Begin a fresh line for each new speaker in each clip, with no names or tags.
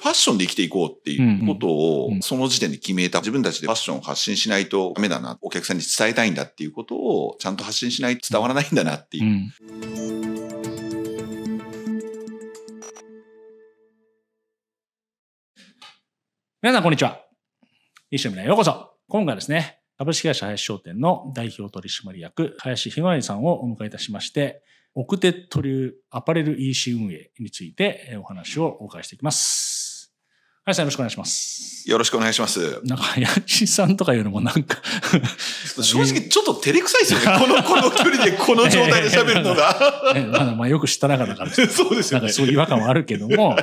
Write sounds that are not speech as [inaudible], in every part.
ァッションで生きていこうっていうことを
うんう、ん
その時点で決めた自分たちでファッションを発信しないとダメだな、お客さんに伝えたいんだっていうことをちゃんと発信しないと伝わらないんだなっていうう。
ん。皆さん、こんにちは。一緒に未来へようこそ。今回はですね、株式会社林商店の代表取締役、林ひまりさんをお迎えいたしまして、オクテット流アパレル EC 運営についてえーお話をお伺いしていきます。林さん、よろしくお願いします。
よろしくお願いします。
なんか、林さんとかいうのもなんか [laughs]
正直ちょっと照れくさいですよね。この、この距離でこの状態で喋るのが。
ね、まだまあよく知った中だからです
そうです
な
よ
んか
ね。
[laughs] そういう違和感はあるけ
[laughs]
ども、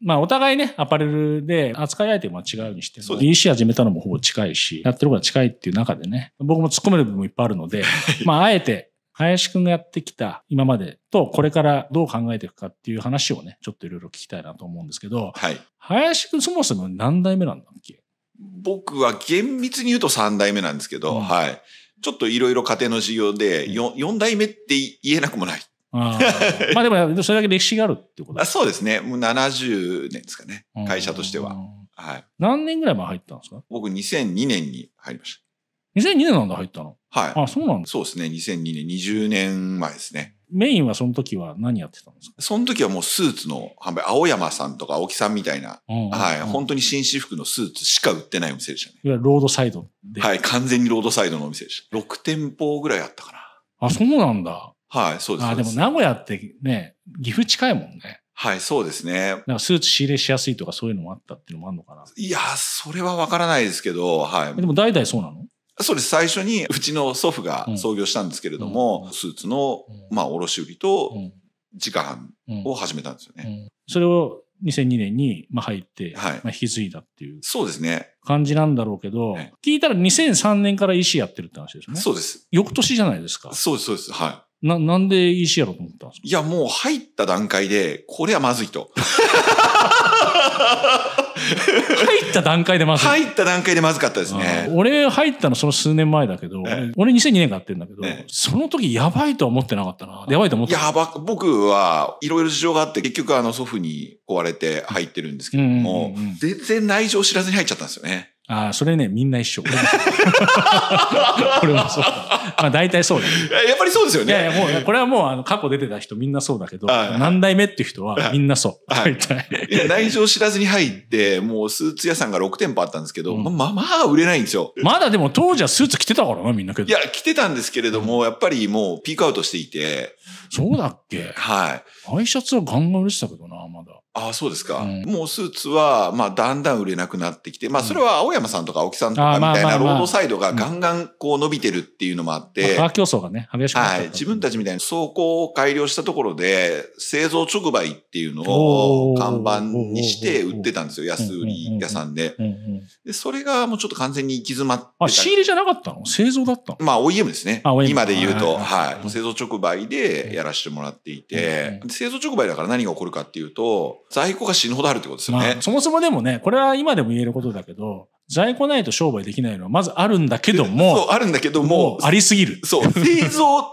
まあお互いね、アパレルで扱いアイテムは違うにして
そう
も、
で
EC 始めたのもほぼ近いし、やってることが近いっていう中でね、僕も突っ込める部分もいっぱいあるので、まああえて、林くんがやってきた今までとこれからどう考えていくかっていう話をね、ちょっといろいろ聞きたいなと思うんですけど、
はい。
林くんそもそも何代目なんだっけ
僕は厳密に言うと3代目なんですけど、
うん
はい。ちょっといろいろ家庭の事業で
うん
4, 4代目って言えなくもない。
あ
[laughs]
ーまあでもそれだけ歴史があるってこと
あそうですね。もう70年ですかね
うん。
会社として
う
は。
ん
はい。
何年ぐらい前入ったんですか
僕2002年に入りまし
?2002 年なんだ入ったの。
た。はい。
あ、そうなんです。
そうですね。2002年、20年前ですね。
メインはその時は何やってたんですか
その時はもうスーツの販売、青山さんとか青木さんみたいな、はい。
本
本当に紳士服のスーツしか売ってないお店でしたね。
いわゆるロードサイドで。
はい。完全にロードサイドのお店でした。6店舗ぐらいあったかな。
あ、そうなんだ。
はい、そうです。
あ、でも
そうす
名古屋ってね、岐阜近いもんね。
はい、そうですね。
なんかスーツ仕入れしやすいとかそういうのもあったっていうのもあるのかな。
いやー、それはわからないですけど、はい。
でも代々そうなの
そうです。最初に、うちの祖父が
うん
創業したんですけれども、
うん
スーツの、
うん
まあ、卸売りと
うん
直販
うん
を始めたんですよね。
うんそれを2002年にまあ入って、
はい
まあ、引き継いだっていう
そうですね。
感じなんだろうけど、
はい
聞いたら2003年から EC やってるって話ですね。
そうです。
翌年じゃないですか。
そうです、そうです。は
な、なんで EC やろうと思ったんです
い。いや、もう入った段階で、これはまずいと。
か入った段階でまず。
入った段階でまずかったです
あ
ね
ー。俺入ったのその数年前だけど、
ええ
俺2002年からやってんだけど、
ええ
その時やばいとは思ってなかったな。やばいと思っ
い
てた。
や、ば、僕はいろいろ事情があって、結局あの祖父に壊れて入ってるんですけ
うん
れど
うん
も、
うんうん、
全然内情知らずに入っちゃったんですよ
[laughs]
ね。
ああ、それね、みんな一緒。俺も
[laughs]
そう俺もそうだ。まあ大体そうだよ。
いややっぱりそうですよ
いや
ね。
いや、もう、これはもう、あの、過去出てた人みんなそうだけど、
はい
何代目っていう人はみんなそう。
はい
大体。
いや内情知らずに入って、もうスーツ屋さんが6店舗あったんですけど、
うん
ままあまあ売れないんですよ。
まだでも当時はスーツ着てたからな、みんなけ
い
ど。
や、来てたんですけれども、やっぱりもうピークアウトしていて、
そうだっけ
はい。
ワイシャツはガンガン売れてたけどな、まだ。
ああ、そうですか。
うん
もうスーツは、まあ、だんだん売れなくなってきて、まあ、
うん
それは青山さんとか青木さんとか
あー
み
まあ
たい
ま
な
あ
ロ
まあ
ードサイドが
うん
ガンガンこう伸びてるっていうのもあって、
まあ、価格競争がね、激しくなっちゃった
はい。自分たちみたいに走行を改良したところで、製造直売っていうの
お
を
ー
看板にして売ってたんですよ。
ー
安売り屋さんで。
うんうん
で、それがもうちょっと完全に行き詰まって
あ、
た。
仕入れじゃなかったの製造だったの
まあ OEM ですね
あ。OEM
今で言うと、
はいはいはい
はい。製造直売でやらせてもらっていて
う、
製造直売だから何が起こるかっていうと、在庫が死ぬほどあるってことですよ
ま
ね
あ、。そもそもでもね、これは今でも言えることだけど、在庫ないと商売できないのはまずあるんだけど
そう
も、、
あるんだけど
も
も
う、ありすぎる。
そう、製造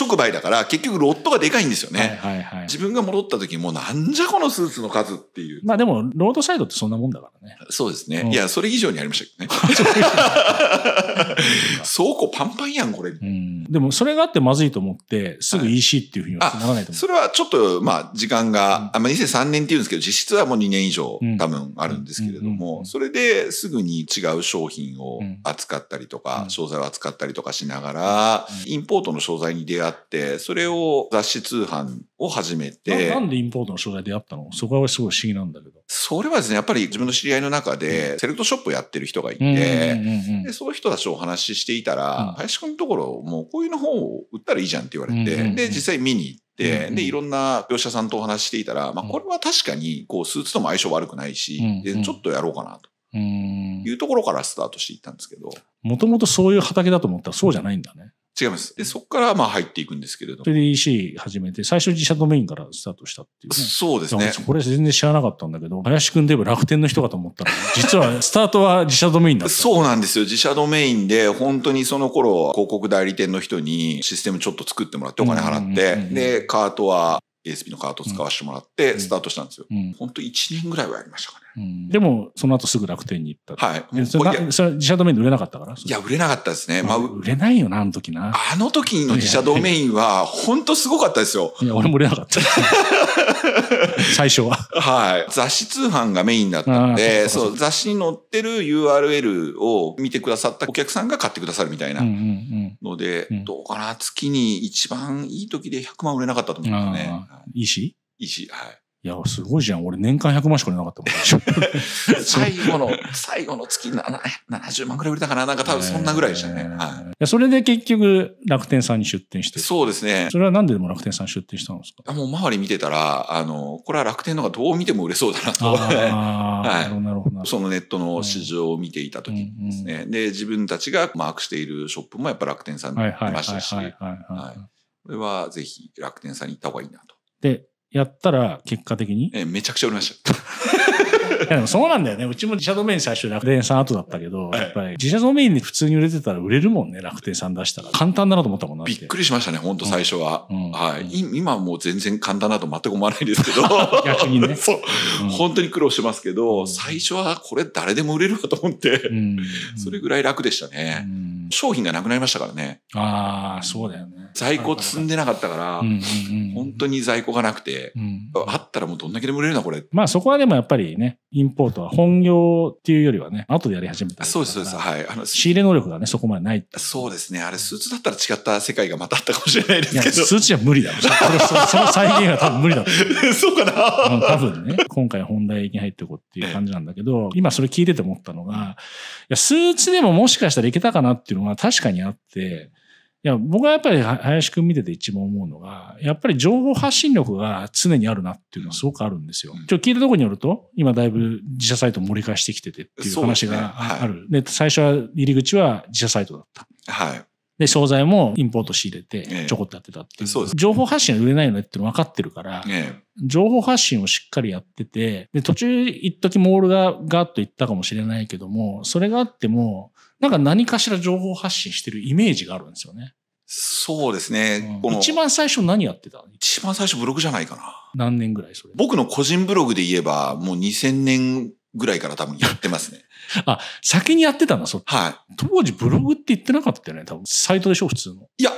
直売だから結局ロットがでかいんですよね。
はいはいはい。
自分が戻った時にもうなんじゃこのスーツの数っていう。
まあでも、ロードサイドってそんなもんだからね。
そうですね。
うん
いや、それ以上にありましたけどね。倉庫パンパンやん、これ。
うん。でも、それがあってまずいと思って、すぐ
は
EC っていうふうにはならないと思う。
それはちょっと、まあ、時間が、
う
あまあ、2003年っていうんですけど、実質はもう2年以上
うん
多分あるんですけれど
うん
も、それですぐに違う商品を
うん
扱ったりと
う
か
ん、
商材を扱ったりとかしながら、インポートの商材に出会って、それを雑誌通販を始めて
な、なんでインポートの商材であったのそこはすごい不思議なんだけど。
それはですね、やっぱり自分の知り合いの中で、セレクトショップをやってる人がい
うんうん
て、
うんう
で、
ん
その人たちとお話ししていたら、
うん
林くんのところ、もうこういうの本を売ったらいいじゃんって言われて、
うんうんうん
で、実際見に行って、
うんうん
で、いろんな業者さんとお話ししていたら、まあ、
うん
これは確かに、こう、スーツとも相性悪くないし、
うんう
で
ん
ちょっとやろうかなと
うん
いうところからスタートしていったんですけど、
もともとそういう畑だと思ったらそうじゃないんだね。
違います。で、そこから、まあ、入っていくんですけれど
そ
も、
れで EC 始めて、最初自社ドメインからスタートしたっていうね。
そうです
い
ね
や。これ全然知らなかったんだけど、林くんといえば楽天の人かと思ったら、
[laughs]
実はスタートは自社ドメインだった。
そうなんですよ。自社ドメインで、本当にその頃、広告代理店の人にシステムちょっと作ってもらってお金払っ
うんうんうんう
て、
ん
で、カートは ASP のカートを使わせてもらって、
ん
スタートしたんですよ。
うん
本当1年ぐらいはやりましたかね。
うんでも、その後すぐ楽天に行ったと。
はい。も
え
う
それ
いや
なそれ自社ドメインで売れなかったから
いや、売れなかったですね。まあ、
売れないよな、あの時な。
あの時の自社ドメインは、本当すごかったですよ。
いや、俺も売れな
[laughs]
かった。最初は。
はい。雑誌通販がメインだったん
あー
で、
そうか
そう、雑誌に載ってる URL を見てくださったお客さんが買ってくださるみたい
うん
な
うん
ので、
うん
どうかな、月に一番いい時で100万売れなかったと思うんですね。
あ
はい
いいし
いいし、はい。
いや、すごいじゃん。俺年間100万しか売れなかった
[laughs]
もん。
最後の、最後の月7 70万ぐらい売れたかななんか多分そんなぐらいでしたね。はい
や、それで結局楽天さんに出店して
い。
る。
そうですね。
それはなんででも楽天さんに出店したんですか
あもう周り見てたら、あの、これは楽天の方がどう見ても売れそうだなと。
ああ、
はい
なるほど、なるほど。
[laughs] そのネットの市場を見ていた
う
時
ん
にですね。で、自分たちがマークしているショップもやっぱ楽天さん
うん
に
はいいはいは
ま
い
したし、
はい
こ
はいはい。
れはぜひ楽天さんに行った方がいいなと。
で、やったら結果的
[laughs]
に
えめちゃくちゃ売れました。
いやでもそうなんだよね。うちも自社ドメイン最初楽天さん後だったけど、
はい
やっぱり自社ドメインで普通に売れてたら売れるもんね、楽天さん出したら。簡単だなと思ったもんな
びっくりしましたね、本当最初は。
うん
はい、
うん。
い今はもう全然簡単だと全く思わないですけど
[laughs] 逆に
[laughs]
ね
そう。
うん
本当に苦労してますけ
う
ど、
ん
最初はこれ誰でも売れるわと思って、
うん
それぐらい楽でした
う
ね。
ん
商品がなくなりましたからね。
ああ、そうだよね。
在庫積んでなかったから、本当
に、
に在庫がなくて、
うん
あったらもうどんだけでも売れるな、これ。
まあそこはでもやっぱりね、インポートは本業っていうよりはね、後でやり始めた。
あそうです、そうです。。はい。あの、
仕入れ能力がね、そこまでない。
そうですね。あれ、スーツだったら違った世界がまたあったかもしれないで
いや、
す
数値は無理だろ。それそその再現が多分無理だと思う
けど。 [laughs] そうかな、
うん多
[laughs]
分ね、今回本題に入っていこうっていう感じなんだけど、今それ聞いてて思ったのが、いや、スーツでももしかしたらいけたかなっていうのは確かにあって、いや、僕はやっぱりは林くん見てて一番思うのが、やっぱり情報発信力が常にあるなっていうのはすごくあるんですよ
うん。
ちょ、聞いたところによると、今だいぶ自社サイト盛り返してきててっていう話がああ
そう
る。で最初は入り口は自社サイトだった。
はい。
で、商材もインポート仕入れ
え
て
え、
ちょこっとやってたっていう。
そうです
情報発信は売れないよねっていうの分かってるから、
ね
情報発信をしっかりやってて、で、途中一時モールがガーッと行ったかもしれないけども、それがあっても、なんか何かしら情報発信してるイメージがあるんですよね。
そうですね。
う
こ
ん
の
一番最初何やってたの
一番最初ブログじゃないかな。
何年ぐらいそれ。
僕の個人ブログで言えば、もう2000年ぐらいから多分やってますね。
先にやってたんだ、そう。
はい。
当時ブログって言ってなかったよね、多分。サイトでしょ、普通の。
いや、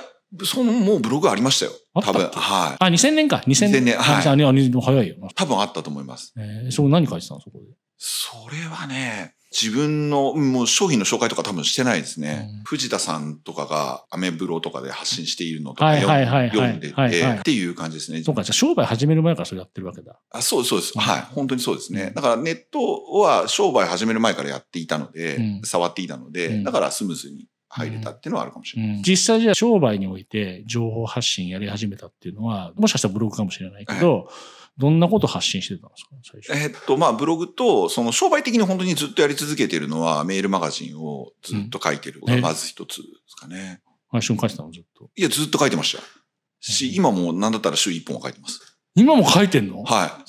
そのもうブログありましたよ。
あっ
多
たっけ
分、はい。
あ、2000年か、2000
2000年はい
あ、ああでも早いよな。
多分あったと思います。
えー、そこ何書いてたの、そこで。
それはね、自分の、うんもう商品の紹介とか多分してないですね。
うん
藤田さんとかがアメブロとかで発信しているのとか
はい
読,、
はいはいは
読んで
い。
て、
はいはい。
っていう感じですね。
そうか、じゃあ商売始める前からそれやってるわけだ。
あそうそうです。
うん
はい。本当にそうです
う
ね
ん。
だからネットは商売始める前からやっていたので、
うん
触っていたので、
うん
だからスムーズに入れたっていうのはあるかもしれない。
実際じゃあ商売において情報発信やり始めたっていうのは、もしかしたらブログかもしれないけど、どんなこと発信してたんですか最初。
えっと、まあ、ブログと、その商売的に本当にずっとやり続けているのは、メールマガジンをずっと書いてること
うん
がまず一つですかね。
最初に書いてたのずっと。
いや、ずっと書いてました。
うん
し、今もなんだったら週1本は書いてます。
今も書いてんの
は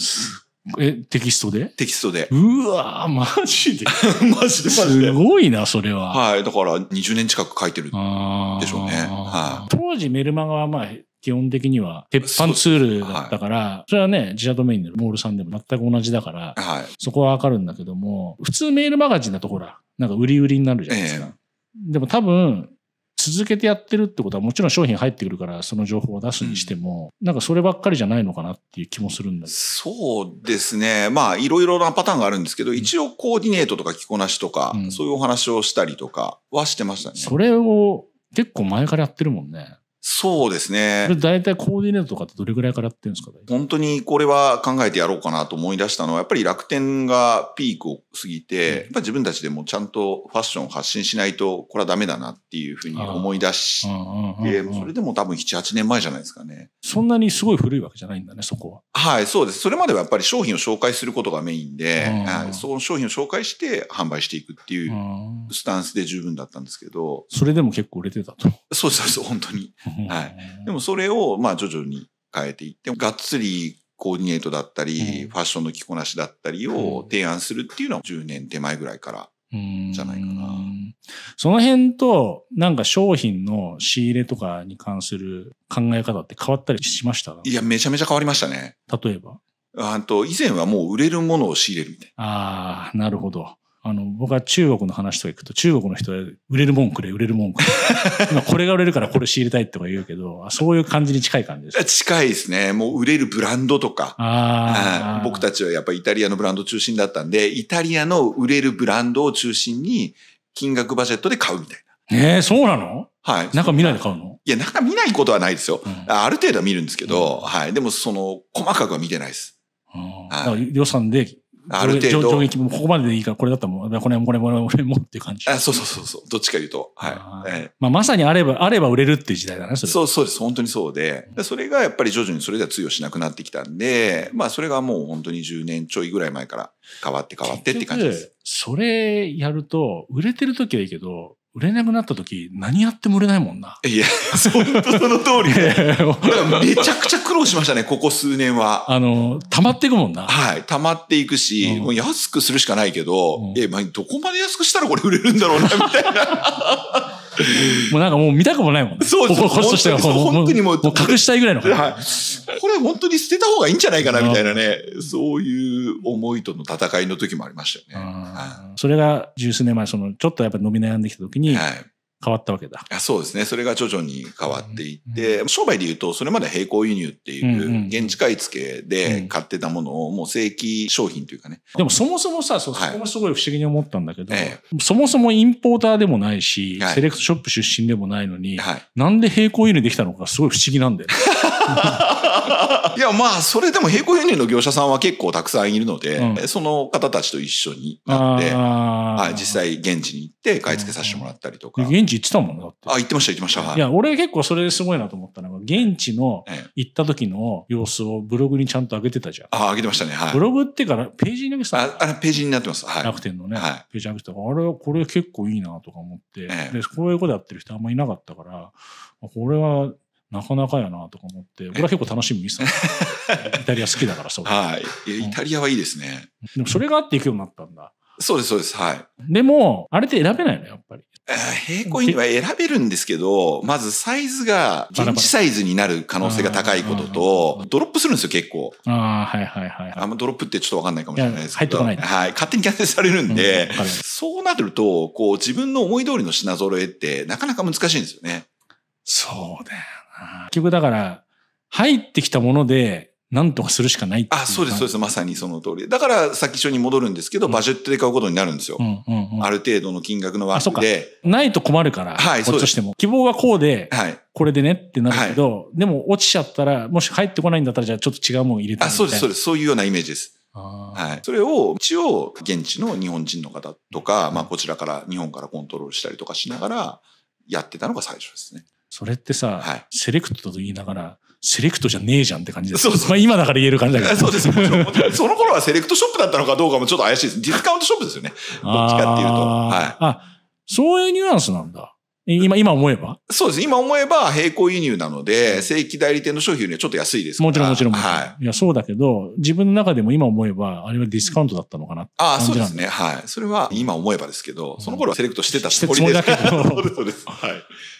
え、テキストで。
い。テキストで
うわぁ、 [laughs] マジで。
マジでマジ
す
で。
ごいな、それは。
はい。だから20年近く書いてる。
あー
でしょうねは
当時メルマガはまあ、基本的には鉄板ツールだったから、それはね、自社ドメインでモールさんでも全く同じだから、
はい。
そこはわかるんだけども、普通メールマガジンだとほら、なんか売り売りになるじゃないですか。でも多分、続けてやってるってことはもちろん商品入ってくるからその情報を出すにしても、なんかそればっかりじゃないのかなっていう気もするんだけ
そうですね。まあ、いろいろなパターンがあるんですけど、
ん
一応コーディネートとか着こなしとか、
うん
そういうお話をしたりとかはしてました
ど、
ね。
それを結構前からやってるもんね。
そうです
それ
ね。
大体コーディネートとかってどれぐらいからやってるんですか
本当にこれは考えてやろうかなと思い出したのは、やっぱり楽天がピークを過ぎて、
うん
やっぱ自分たちでもちゃんとファッションを発信しないと、これはダメだなっていうふうに思い出し
うんうん
て、
うん
それでも多分7、8年前じゃないですかね。
そんなにすごい古いわけじゃないんだね、そこは。
はい、そうです。それまではやっぱり商品を紹介することがメインで、
うん
はいその商品を紹介して販売していくっていう
うん
スタンスで十分だったんですけど、
それでも結構売れてたと。
そうそうそう、本当に。はいでもそれを、まあ徐々に変えていって、がっつりコーディネートだったり、
うん
ファッションの着こなしだったり
う
を
ん
提案するっていうのは10年手前ぐらいから。
うん
じゃないかな
うんその辺と、なんか商品の仕入れとかに関する考え方って変わったりしました
いや、めちゃめちゃ変わりましたね。
例えば。
あと、以前はもう売れるものを仕入れるみたい
ああ、なるほど。あの、僕は中国の話とか行くと、中国の人は売れるもんくれ、売れるも
[laughs]
んくれ。今これが売れるからこれ仕入れたいとか言うけど、あそういう感じに近い感じで
[laughs]
す
な。。近いですね。もう売れるブランドとか。
あ
は
あ。
い僕たちはやっぱりイタリアのブランド中心だったんで、イタリアの売れるブランドを中心に金額バジェットで買うみたい
えー、そうなの
な。はい。
中見ないで買うの、
いや、中見ないことはないですよ。
うん
ある程度は見るんですけど、
うん
はい。でもその、細かくは見てないです。
うんだから予算で、
ある程
上
度。
撃もここまででいいから、これだったらもう、これもこれもこれもこれもっていう感じ。
あそうそうそうそう。どっちか言うと。
あ
はい。
ー
ええ
まあ、まさにあれば、あれば売れるっていう時代だね、それ。
そうそうです。本当にそうで。でそれがやっぱり徐々にそれでは通用しなくなってきたんで、まあそれがもう本当に10年ちょいぐらい前から変わって変わってって感じです。
結局それやると、売れてる時はいいけど、売れなくなった時、何やっても売れないもんな。 [laughs]
いや、 [laughs] そう本当その通りで。だからめちゃくちゃ苦労しましたね、ここ数年は。
あの、溜まっていくもんな。
はい。溜まっていくし、
うん
もう安くするしかないけど、
うん
え、まあ、どこまで安くしたらこれ売れるんだろうな、みたいな。
もうなんかもう見たくもないもんね。
そうです
ここ [laughs] っそとしては
本当に
もう、
本当にもう
もう隠したいぐらいの感じ。
はい。これ本当に捨てた方がいいんじゃないかな、みたいなね。そういう思いとの戦いの時もありましたよね。は
うんそれが十数年前、その、ちょっとやっぱり伸び悩んできた時
い。
に
はい
変わったわけだ。
あそうですね。それが徐々に変わっていって、商売で言うと、それまで並行輸入ってい
うんうん
う、現地買い付けで買ってたものを、もう正規商品というかね。
でもそもそもさ、そ
はい
そこもすごい不思議に思ったんだけど、
え
そもそもインポーターでもないし、
はい
セレクトショップ出身でもないのに、
はい。
なんで並行輸入できたのかすごい不思議なんだよね。
いや、まあ、それでも並行輸入の業者さんは結構たくさんいるので、
う
その方たちと一緒になって、
あ
はい、実際現地に行って買い付けさせてもらったりとか。
際。現地行ってたもんなだって。
あ、行ってました、行ってました。はい
いや、俺結構それすごいなと思ったのが、現地の
ええ
行った時の様子をブログにちゃんと上げてたじゃん。
あ、上げてましたね。は
ブ
い。
ログってからページに上げてた
あ
の、
あれ、ページになってます。はい。
楽天のね、
は
ページ上げてたから、あれ、これ結構いいなとか思って、
ええ
で、こういうことやってる人あんまいなかったから、これはなかなかやなとか思って、俺は結構楽しみにして
[laughs]
たの。イタリア好きだからそう。
はい。いやイタリアはいいですね。
でもそれがあって行くようになったんだ。
そうです、そうです。はい。
でも、あれって選べないのやっぱり。
えー平行輸入は選べるんですけど、まずサイズが
バラバラ
現地サイズになる可能性が高いこと
あ
と
ー、
ドロップするんですよ、結構。
ああ、はいはいはいは
あ
い。
んまドロップってちょっとわかんないかもしれないですけど。
いや入ってこない
はい。勝手にキャンセルされるんで、
うんわかる
そうなると、こう自分の思い通りの品揃えってなかなか難しいんですよね。
そうだよな。結局だから、入ってきたもので、なんとかするしかないってい
あ、そうです、そう
う
です。まさにその通り。だから先一緒に戻るんですけど、
うん
バジェットで買うことになるんですよ。
感じ。うんうんうん
ある程度の金額の
あそっ
枠
か
で。
ないと困るから、
はい
こっちとしても。希望はこうで、
はい。
これでねってなるけど、でも落ちちゃったら、もし入ってこないんだったら、じゃあちょっと違うもん入れて
あ、そうです、そう
です。
です。そういうようなイメージです。
あー
はい、それを一応現地の日本人の方とか、まあ、こちらから日本からコントロールしたりとかしながらやってたのが最初ですね。
それってさ、
はい
セレクトと言いながら、セレクトじゃねえじゃんって感じです。
そうそう
まあ今だから言える感じだけど。
あ [laughs] そうですもちろんもちろんその頃はセレクトショップだったのかどうかもちょっと怪しいです。ディスカウントショップですよね。どっちかっていうと
あー
はい
あ、そういうニュアンスなんだ。今、今思えば
そうです。今思えば並行輸入なので、正規代理店の商品よりはちょっと安いですから。
もちろんもちろんもちろん。
はい。
い、や、そうだけど、自分の中でも今思えば、あれはディスカウントだったのかな。
ああ、
感
そうで
じなんだ
すね。はい。それは今思えばですけど、その頃はセレクトしてた
し
つ
てた
も
つ
り
も
で
り
す
だけど
[laughs] そうです、そうです。はい。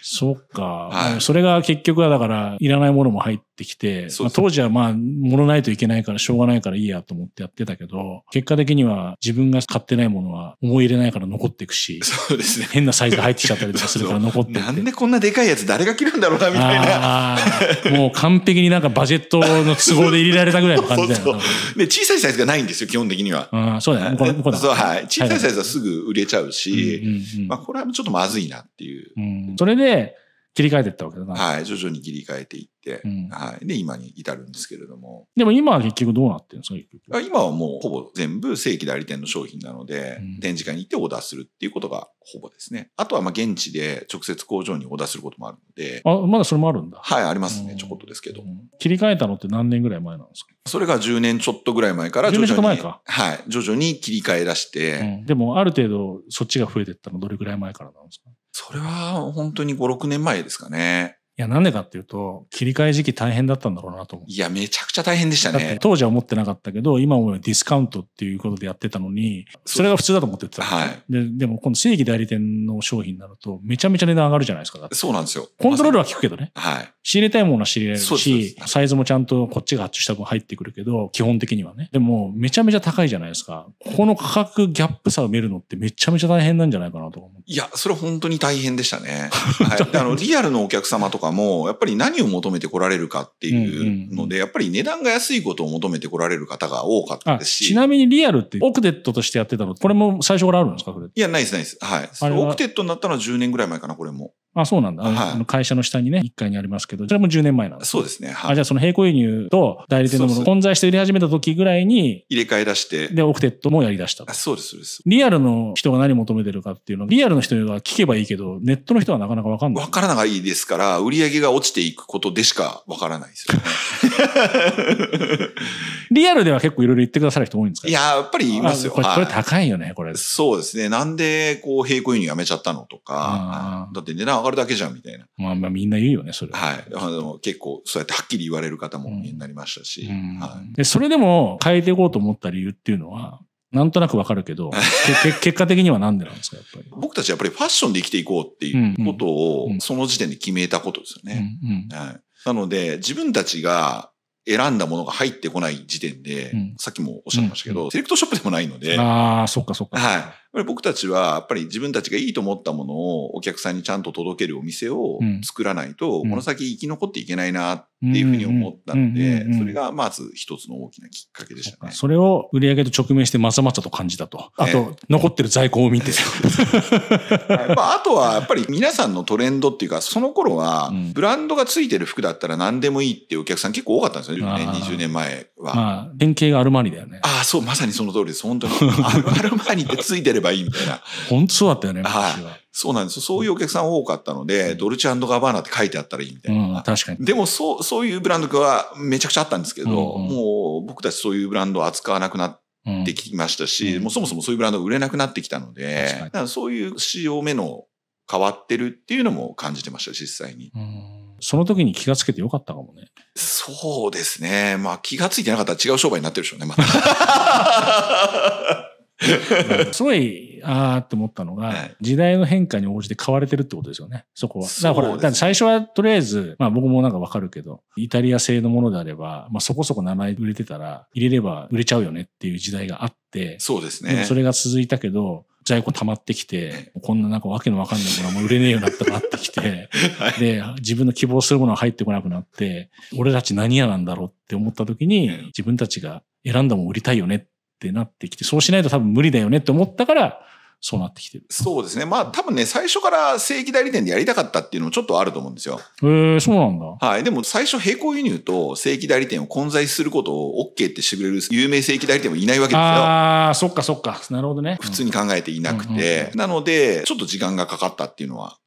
そっか。
はい
まあそれが結局はだから、いらないものも入ってきて、
そう
まあ、
そう
当時はまあ、物ないといけないから、しょうがないからいいやと思ってやってたけど、結果的には自分が買ってないものは思い入れないから残ってい
[laughs]
くし、
そうですね。
変なサイズが入ってきちゃったりとかするから残っていって。
なんでこんなでかいやつ誰が着るんだろうな、みたいな。
ああ、もう完璧になんかバジェットの都合で入れられたぐらいの感じだ
[laughs]
よ
そう
な。
で、小さいサイズがないんですよ、基本的には。
ああ、そうだよね。これ、これだ。
そう、はい。小さいサイズはすぐ売れちゃうし、
うんうんうん
まあ、これはちょっとまずいなっていう。
うんそれで切り替えていったわけだな。
はい。徐々に切り替えていって
う、ん
はい。で、今に至るんですけれども、
でも今は結局どうなってるんですか結局
あ今はもうほぼ全部正規代理店の商品なので、
うん
展示会に行ってオーダーするっていうことがほぼですね。あとは、まあ、現地で直接工場にオーダーすることもあるので、
あ、まだそれもあるんだ。
はい、あります
う
ね。
ん
ちょこっとですけど
う。ん切り替えたのって何年ぐらい前なんですか、
それが10年ちょっとぐらい前から
10
徐
年
々
ちょっと
に、
前か
はい、徐々に切り替え出して、
うんでもある程度そっちが増えてったのどれぐらい前からなんですか
それは本当に5、6年前ですかね。
いや、なんでかっていうと、切り替え時期大変だったんだろうなと思う。
いや、めちゃくちゃ大変でした
だって
ね。
当時は思ってなかったけど、今思えばディスカウントっていうことでやってたのに、それが普通だと思ってた。
はい。
で、でも、この正規代理店の商品になると、めちゃめちゃ値段上がるじゃないですか。だって
そうなんですよ。
コントロールは効くけどね。
はい。
仕入れたいものは仕入れられ
そ
る
うですそうで
し
す、はい
サイズもちゃんとこっちが発注した分入ってくるけど、基本的にはね。でも、めちゃめちゃ高いじゃないですか。ここの価格ギャップ差を見るのってめちゃめちゃ大変なんじゃないかなと思う。
いや、それ本当に大変でした
[laughs]
ね。はい、あのリアルのお客様とかも、やっぱり何を求めてこられるかっていうので、やっぱり値段が安いことを求めてこられる方が多かった
あ、
です
ち
し。
なみにリアルってオクデットとしてやってたの、これも最初からあるんですか、これ。
いや、ないです、ないです。はい。
あれは
オクテッドになったのは10年ぐらい前かな、これも。
あ、そうなんだ。あの
はい
あの会社の下にね、1階にありますけど、それも10年前なんです。
そうですね。は
あ、
い
じゃ。あその並行輸入と代理店のも
そ
の
うそ
混在して売り始めた時ぐらいに、
入れ替え出して。
で、オクテットもやり出したと
あ。そうです、そうです。
リアルの人が何求めてるかっていうのは、リアルの人が聞けばいいけど、ネットの人はなかなかわかんない
わ。からないですから、売り上げが落ちていくことでしかわからないです
[laughs]
よね。
リアルでは結構いろいろ言ってくださる人多いんですか
いや、やっぱり言いますよ。
あこれこれ
はい
高いよね、これ。
そうですね。なんで、こう、並行輸入やめちゃったのと
あ
か
ー、
だって値段上がるだけじゃん、みたいな。
まあまあみんな言うよね、それは。
はい。あの、結構、そうやってはっきり言われる方も
うん
お見えになりましたし。
うん
は
でそれでも変えていこうと思った理由っていうのは、なんとなくわかるけど、けけ結果的にはなんでなんですか、やっぱり
い。僕たちやっぱりファッションで生きていこうって
ん
いううんことを
う、ん
その時点で決めたことですよ [laughs] ね。
うんうん
はい。なので、自分たちが選んだものが入ってこない時点で、
うん
さっきもおっしゃってましたけど、セレクトショップでもないので、やっ
ああ、そっかそっか。
はいぱり僕たちは、やっぱり自分たちがいいと思ったものをお客さんにちゃんと届けるお店を
うん
作らないと、
うん
この先生き残っていけないなっていうふうに思ったの
うんうんうんうん
で、それがまず一つの大きなきっかけで
そ
し
っ
た
か
ね。
それを売り上げと直面してまざまざと感じたと。あ
え
と、残ってる在庫を
[laughs]
見て。
はいまあ、あとはやっぱり皆さんのトレンドっていうか、その頃は
うん、
ブランドがついてる服だったら何でもいいっていうお客さん結構多かったんですよね、10年、
あー
20年前は。
まあ、連携がアルマーニだよね。
ああ、そう、まさにその通りです。本当に。アルアルマーニってついてればいいみたいな。 [laughs]
本当そうだったよね、
はい
昔は。
そうなんです。そういうお客さん多かったので、ドルチェガバーナって書いてあったらいいみたいな。
うん、確かに。
でも、そう、そういうブランドはめちゃくちゃあったんですけど、
うんうん
もう僕たちそういうブランドを扱わなくな
うん
ってきましたし、
うん
もうそもそもそういうブランドが売れなくなってきたので
確かに、
だからそういう仕様目の変わってるっていうのも感じてました、実際に。
うんその時に気がつけてよかったかもね。
そうですね。まあ気がついてなかったら違う商売になってるでしょうね、ま
[laughs]
た。
[laughs] すごい、あーって思ったのが、
はい
時代の変化に応じて買われてるってことですよね、そこは。だからほら、
そうですね
だから最初はとりあえず、まあ僕もなんかわかるけど、イタリア製のものであれば、まあそこそこ名前売れてたら、入れれば売れちゃうよねっていう時代があって、
そうです
でも
ね。
それが続いたけど、在庫溜まってきて、こんななんかわけのわかんないものはもう売れねえようになったなってきて、
[laughs] はい
で、自分の希望するものは入ってこなくなって、俺たち何屋なんだろうって思った時に
うん、
自分たちが選んだもん売りたいよねってなってきて、そうしないと多分無理だよねって思ったから、そうなってきてる。
そうですね。まあ多分ね、最初から正規代理店でやりたかったっていうのもちょっとあると思うんですよ。
へえそうなんだ。
はい。でも最初、並行輸入と正規代理店を混在することを OK ってしてくれる有名正規代理店もいないわけですよ。
ああ、そっかそっか。なるほどね。
普通に考えていなく
うんうんうん
て。なので、ちょっと時間がかかったっていうのは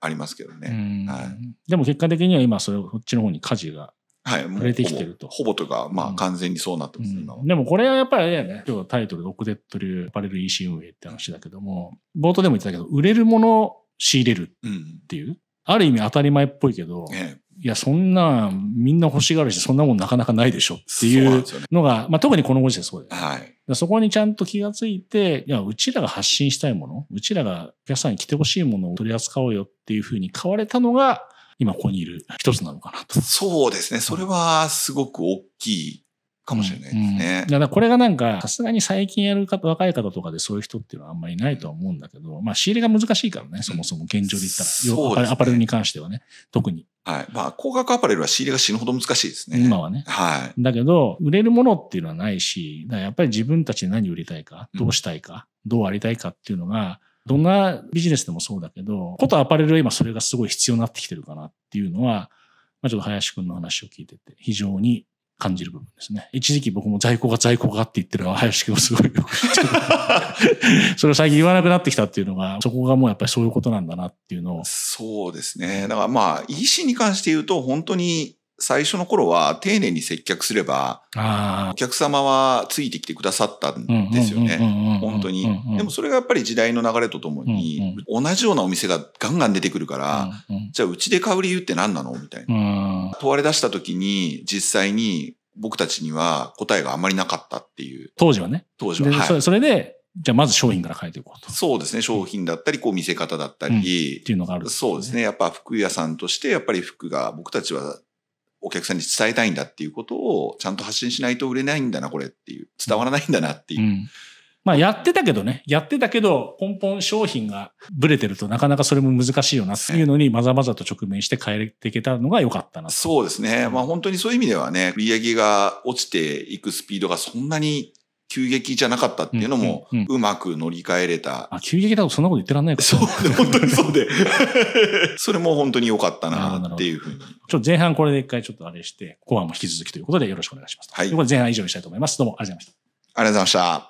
ありますけど
う
ね。
ん
は
でも結果的には今それこっちの方に舵が、
はい。もう
触れてきてると
ほぼほぼというか、ま
う
あ
ん
完全にそうなってます、今は
うん。でもこれはやっぱりあれだよね今日タイトル「オクデット流アパレル EC 運営」って話だけども冒頭でも言ってたけど売れるものを仕入れるっ
うん。
ていうある意味当たり前っぽいけど、
ね
いや、そんな、みんな欲しがるし、そんなもんなかなかないでしょって
そ
いう
なん
う
ですよね。
のが、まあ、特にこのご時世そうだよね。だか
はい。
らそこにちゃんと気がついて、いや、うちらが発信したいもの、うちらがお客さんに来てほしいものを取り扱おうよっていうふうに買われたのが、今ここにいる一つなのかなと。
そうですね。それはすごく大きいかもしれないです
う
ね
ん。だからこれがなんか、さすがに最近やる方、若い方とかでそういう人っていうのはあんまりいないとは思うんだけど、まあ仕入れが難しいからね、そもそも現状で言った
そう
ら。
ですね
よアパレアパレルに関してはね、特に、
はい。まあ、高額アパレルは仕入れが死ぬほど難しいですね。
今はね。
はい。
だけど、売れるものっていうのはないし、だからやっぱり自分たちで何売りたいか、
うん
どうしたいか、どうありたいかっていうのが、どんなビジネスでもそうだけど、ことアパレルは今それがすごい必要になってきてるかなっていうのは、まあ、ちょっと林くんの話を聞いてて、非常に感じる部分ですね。一時期僕も在庫が在庫がって言ってるのは林くんもすごいよく知って
[laughs]
るそれを最近言わなくなってきたっていうのが、そこがもうやっぱりそういうことなんだなっていうのを。
そうですね。だからまあ、EC に関して言うと、本当に最初の頃は丁寧に接客すれば、
あ
お客様はついてきてくださったんですよね。本当当に、
うんうん
でもそれがやっぱり時代の流れとともに、同じようなお店がガンガン出てくるから、
うん
じゃあうちで買う理由って何なのみたいな。
うんうん
問われ出した時に実際に僕たちには答えがあんまりなかったっていう
当時はね。
当時は、
で
はい
それそれで、じゃあまず商品から変えていこうと。っ
そうですね商品だったりこう見せ方だったり、
ていうのがある、
そうです。ねやっぱ服屋さんとしてやっぱり服が僕たちはお客さんに伝えたいんだっていうことをちゃんと発信しないと売れないんだなこれっていう伝わらないんだなっていう
う、ん。まあやってたけどね、やってたけど、根本商品がブレてるとなかなかそれも難しいよなっていうのに、まざまざと直面して変えていけたのが良かったなと。
そうですね、まあ本当にそういう意味ではね売り上げが落ちていくスピードがそんなに急激じゃなかったっていうのも、
うんうん
うまく乗り換えれた
あ、急激だとそんなこと言ってらんないか
そう、本当にそう
[laughs]
で。それも本当に良かったなっていうふうに。
ちょっと前半これで一回ちょっとあれして、後半も引き続きということでよろしくお願いします。
はい
ということで前半以上にしたいと思います。どうもありがとうございました。
ありがとうございました。